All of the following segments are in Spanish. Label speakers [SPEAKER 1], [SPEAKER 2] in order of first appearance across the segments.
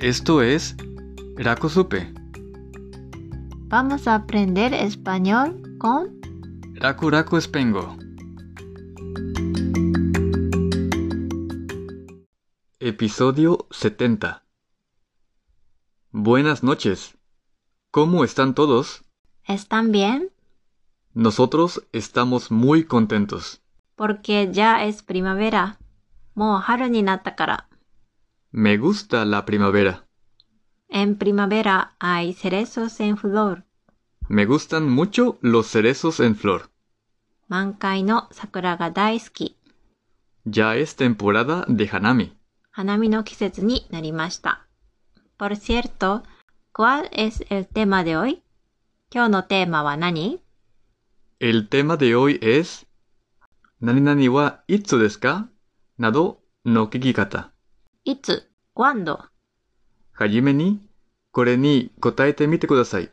[SPEAKER 1] Esto es Rakusupe.
[SPEAKER 2] Vamos a aprender español con
[SPEAKER 1] Raku Raku Espengo. Episodio 70. Buenas noches. ¿Cómo están todos?
[SPEAKER 2] ¿Están bien?
[SPEAKER 1] Nosotros estamos muy contentos.
[SPEAKER 2] Porque ya es primavera. もう春になったから。
[SPEAKER 1] Me gusta la primavera.
[SPEAKER 2] En primavera hay cerezos en flor.
[SPEAKER 1] Me gustan mucho los cerezos en flor.
[SPEAKER 2] 満開の桜が大好き。
[SPEAKER 1] Ya es temporada de Hanami.
[SPEAKER 2] 花見の季節になりました。Por cierto, ¿cuál es el tema de hoy? 今日のテーマは何
[SPEAKER 1] El tema de hoy es ¿Nani nani wa itsu desu ka? Nado no kikikata.
[SPEAKER 2] いつ ?Cuando?
[SPEAKER 1] Hajime ni kore ni kotaete mite kudasai.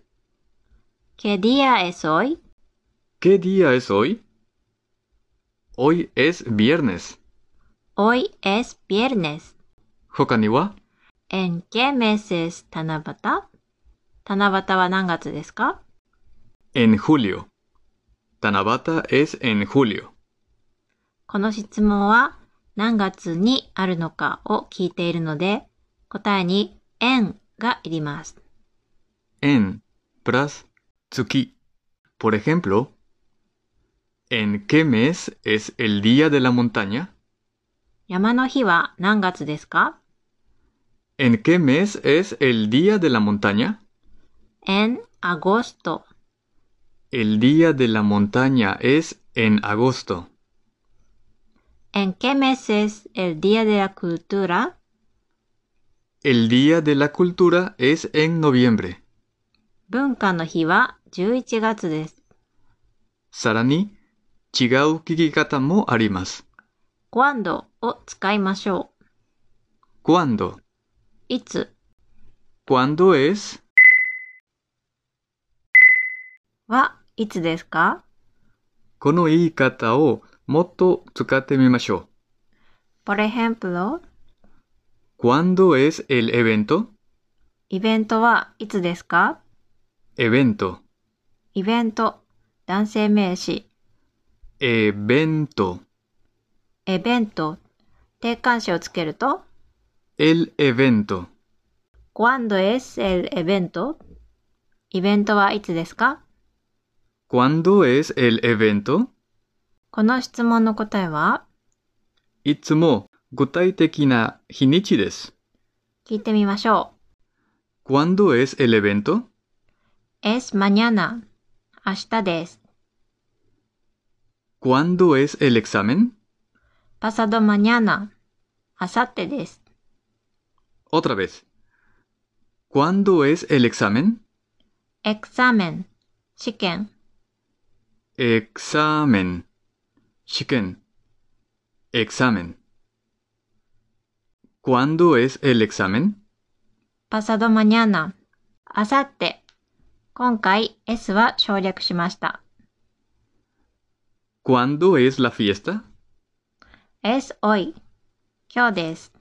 [SPEAKER 2] ¿Qué día es hoy?
[SPEAKER 1] ¿Qué día es hoy? Hoy es viernes.
[SPEAKER 2] Hoy es viernes.
[SPEAKER 1] Hoka ni wa
[SPEAKER 2] ¿En qué mes es 七夕七夕は何月ですか
[SPEAKER 1] en julio. Tanabata es en julio.
[SPEAKER 2] この質問は何月にあるのかを聞いているので、答えに円がいります。
[SPEAKER 1] En pras tsuki. Por ejemplo, ¿en qué mes es el día de la montaña?
[SPEAKER 2] 山の日は何月ですか
[SPEAKER 1] ¿En qué mes es el día de la montaña?
[SPEAKER 2] ?en agosto。
[SPEAKER 1] El día de la montaña es en agosto.
[SPEAKER 2] ¿En qué mes es el día de la cultura?
[SPEAKER 1] El día de la cultura es en noviembre.
[SPEAKER 2] 文化の日は11月です。
[SPEAKER 1] Sarani, chigau kikikata mo arimas.
[SPEAKER 2] cuando を使いましょ
[SPEAKER 1] ¿Cuándo?
[SPEAKER 2] う。いつ
[SPEAKER 1] ¿Cuándo es?
[SPEAKER 2] はいつですか
[SPEAKER 1] Kono iikata o motto tsukate mimashou.
[SPEAKER 2] Por ejemplo,
[SPEAKER 1] ¿Cuándo es el evento?
[SPEAKER 2] イベントはいつですか
[SPEAKER 1] Evento.
[SPEAKER 2] イベント、男性名詞、
[SPEAKER 1] Evento.
[SPEAKER 2] イベント、定冠詞をつけると、
[SPEAKER 1] El evento.
[SPEAKER 2] cuando es el evento? イベントはいつですか
[SPEAKER 1] ¿Cuándo es el evento?
[SPEAKER 2] この質問の答えは、
[SPEAKER 1] Itsumo gutaiteki hinichi desu.
[SPEAKER 2] 聞いてみましょ
[SPEAKER 1] ¿Cuándo es el evento?
[SPEAKER 2] う。es mañana 明日です。
[SPEAKER 1] ¿Cuándo es el examen?
[SPEAKER 2] pasado mañana 明後日です。
[SPEAKER 1] Otra vez. ¿Cuándo es el examen?
[SPEAKER 2] examen 試験、
[SPEAKER 1] Examen. Shiken. Examen. ¿Cuándo es el examen?
[SPEAKER 2] pasado mañana 明後日。今回 S は省略しました。
[SPEAKER 1] ¿Cuándo es la fiesta?
[SPEAKER 2] s hoy 今日です。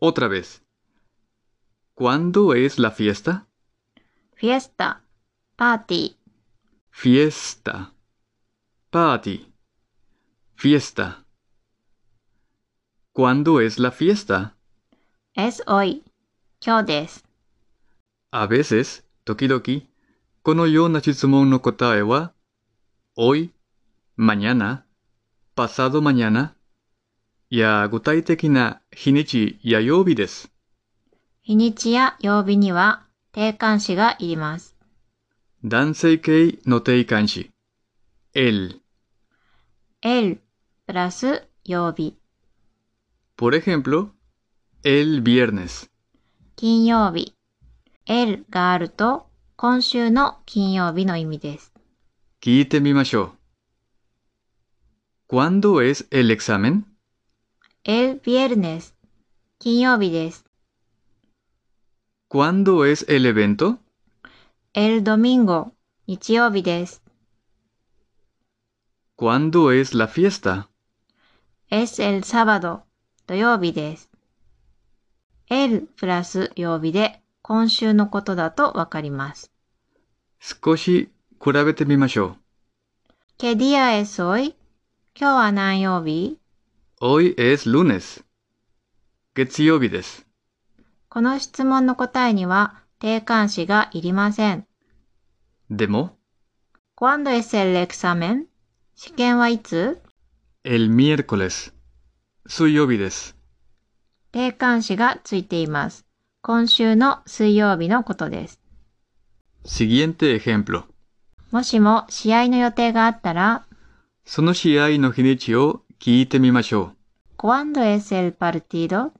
[SPEAKER 1] Otra vez. ¿Cuándo es la fiesta?
[SPEAKER 2] fiesta パーティー。
[SPEAKER 1] Fiesta. Party. Fiesta. ¿Cuándo es la fiesta?
[SPEAKER 2] s hoy 今日です。
[SPEAKER 1] A veces, tokidoki, kono yona shitsumon no kotae wa hoy, mañana, pasado mañana, ya gutaiteki na hinichi ya yobi desu.
[SPEAKER 2] 日にちや曜日には定冠詞がいります。
[SPEAKER 1] Dansei kei no teikanshi. El.
[SPEAKER 2] el プラス曜日、
[SPEAKER 1] Por ejemplo, el viernes.
[SPEAKER 2] 金曜日。el があると今週の金曜日の意味です。
[SPEAKER 1] 聞いてみましょう。¿Cuándo es el examen?
[SPEAKER 2] el viernes 金曜日です。
[SPEAKER 1] ¿Cuándo es el evento?
[SPEAKER 2] el domingo 日曜日です。
[SPEAKER 1] ¿Cuándo es la fiesta?
[SPEAKER 2] es el sábado 土曜日です。 L プラス曜日で今週のことだとわかります。
[SPEAKER 1] 少し比べてみましょ
[SPEAKER 2] ¿Qué día es hoy? 今日は何曜日
[SPEAKER 1] う。Hoy es lunes。月曜日です。
[SPEAKER 2] この質問の答えには定冠詞がいりません。
[SPEAKER 1] でも、
[SPEAKER 2] ¿Cuándo es el examen? 試験はいつ
[SPEAKER 1] el miércoles。水曜日です。
[SPEAKER 2] 定冠詞がついています。今週の水曜日のことです。
[SPEAKER 1] Siguiente ejemplo。
[SPEAKER 2] もしも試合の予定があったら、
[SPEAKER 1] その試合の日にちを聞いてみましょう。
[SPEAKER 2] ¿Cuándo es el partido?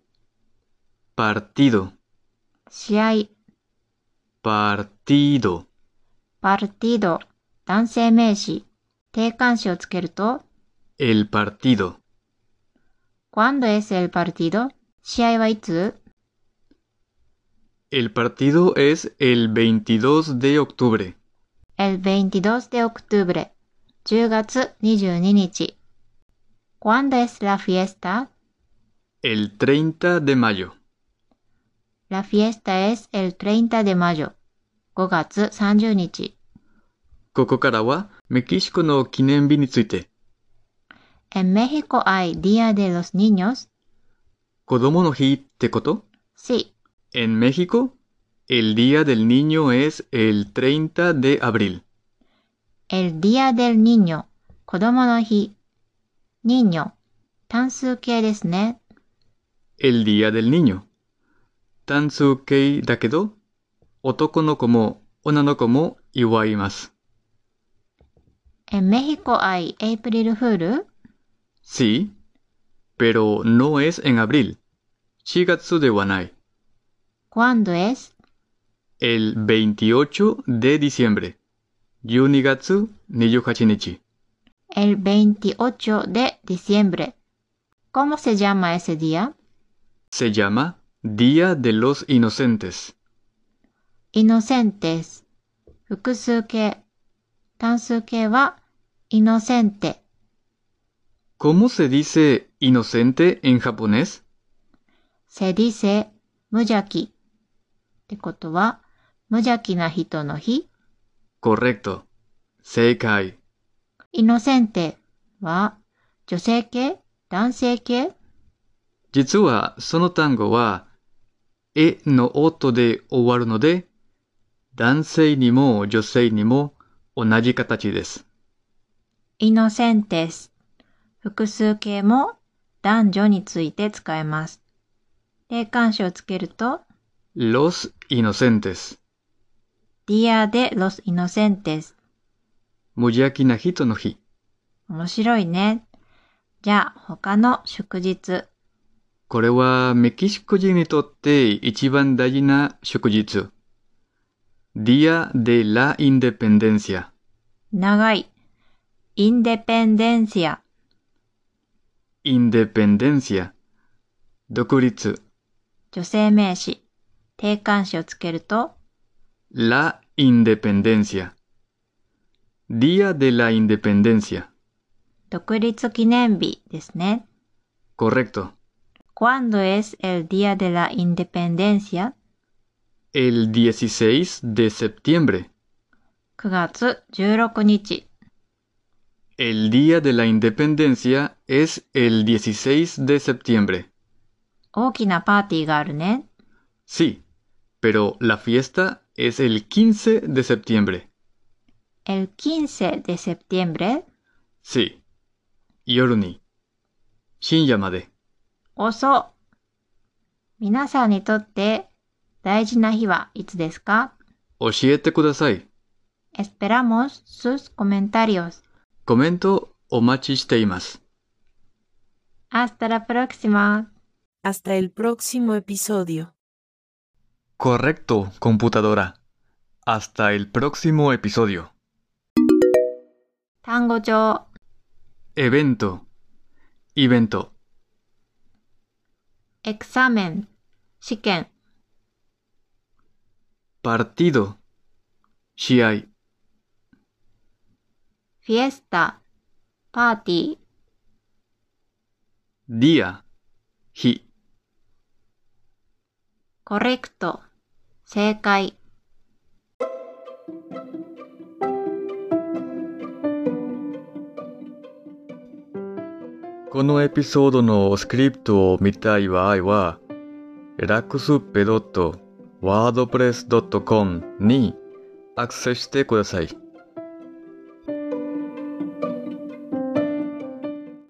[SPEAKER 1] partido,
[SPEAKER 2] 試合、
[SPEAKER 1] partido,
[SPEAKER 2] partido、男性名詞、定冠詞をつけると、
[SPEAKER 1] el partido.
[SPEAKER 2] ¿Cuándo es el partido? 試合はいつ
[SPEAKER 1] El partido es el 22 de octubre.
[SPEAKER 2] El 22 de octubre 10月22日 ¿Cuándo es la fiesta?
[SPEAKER 1] El 30 de mayo.
[SPEAKER 2] La fiesta es el 30 de mayo 5月30日
[SPEAKER 1] México no kinenbi nitsuite.
[SPEAKER 2] En México hay Día de los Niños
[SPEAKER 1] Kodomo no hi te koto?
[SPEAKER 2] Sí
[SPEAKER 1] En México, el Día del Niño es el 30 de abril.
[SPEAKER 2] El Día del Niño 子供の日 Niño 単数形ですね
[SPEAKER 1] El Día del Niño. Tansu kei dakedo, otoko no komo, onanoko mo iwaimasu.
[SPEAKER 2] En México hay April Fool
[SPEAKER 1] Sí, pero no es en abril. Shigatsu de Wanai.
[SPEAKER 2] ¿Cuándo es?
[SPEAKER 1] El 28 de diciembre. Yunigatsu Niyuhachinichi.
[SPEAKER 2] El 28 de diciembre ¿Cómo se llama ese día?
[SPEAKER 1] Se llama Día de los Inocentes.
[SPEAKER 2] inocentes 複数形単数形は inocente
[SPEAKER 1] ¿Cómo se dice inocente en japonés?
[SPEAKER 2] se dice 無邪気ってことは無邪気な人の日
[SPEAKER 1] Correcto. Seikai.
[SPEAKER 2] inocente は女性形男性形
[SPEAKER 1] Jitsuwa sono tango wa e no oto de owaru no de dansei ni mo josei ni mo onaji katachi desu.
[SPEAKER 2] inocentes 複数形も男女について使えます霊感詞をつけると
[SPEAKER 1] Los inocentes.
[SPEAKER 2] dia de los inocentes
[SPEAKER 1] 無邪気な人の日。
[SPEAKER 2] 面白いねじゃあ他の祝日
[SPEAKER 1] これはメキシコ人にとって一番大事な祝日。Día de la Independencia。
[SPEAKER 2] 長い。インデペンデンシア。
[SPEAKER 1] Independencia。独立。
[SPEAKER 2] 女性名詞。定冠詞をつけると、
[SPEAKER 1] La Independencia。Día de la Independencia。
[SPEAKER 2] 独立記念日ですね。
[SPEAKER 1] Correcto。
[SPEAKER 2] ¿Cuándo es el día de la independencia?
[SPEAKER 1] El 16 de septiembre。
[SPEAKER 2] 9月16日。
[SPEAKER 1] El Día de la Independencia es el 16 de septiembre。
[SPEAKER 2] 大きなパーティーがあるね。
[SPEAKER 1] Sí, pero la fiesta es el 15 de septiembre.
[SPEAKER 2] el 15 de septiembre。
[SPEAKER 1] Sí. Yoruni. Shinyamade.
[SPEAKER 2] 遅。皆さんにとって大事な日はいつですか
[SPEAKER 1] Oshiete kudasai.
[SPEAKER 2] ?Esperamos sus comentarios.
[SPEAKER 1] Comento omachi shiteimasu.
[SPEAKER 2] Hasta la próxima.
[SPEAKER 3] Hasta el próximo episodio.
[SPEAKER 1] Correcto, computadora. Hasta el próximo episodio.
[SPEAKER 2] 単語帳。
[SPEAKER 1] Evento. Evento.
[SPEAKER 2] エクサメン、試験、
[SPEAKER 1] Partido. Shiai.
[SPEAKER 2] フィエスタ、パーティー、
[SPEAKER 1] Día. Hi.
[SPEAKER 2] コレクト、正解。
[SPEAKER 1] このエピソードのスクリプトを見たい場合は、ラクスペ .wordpress.com にアクセスしてください。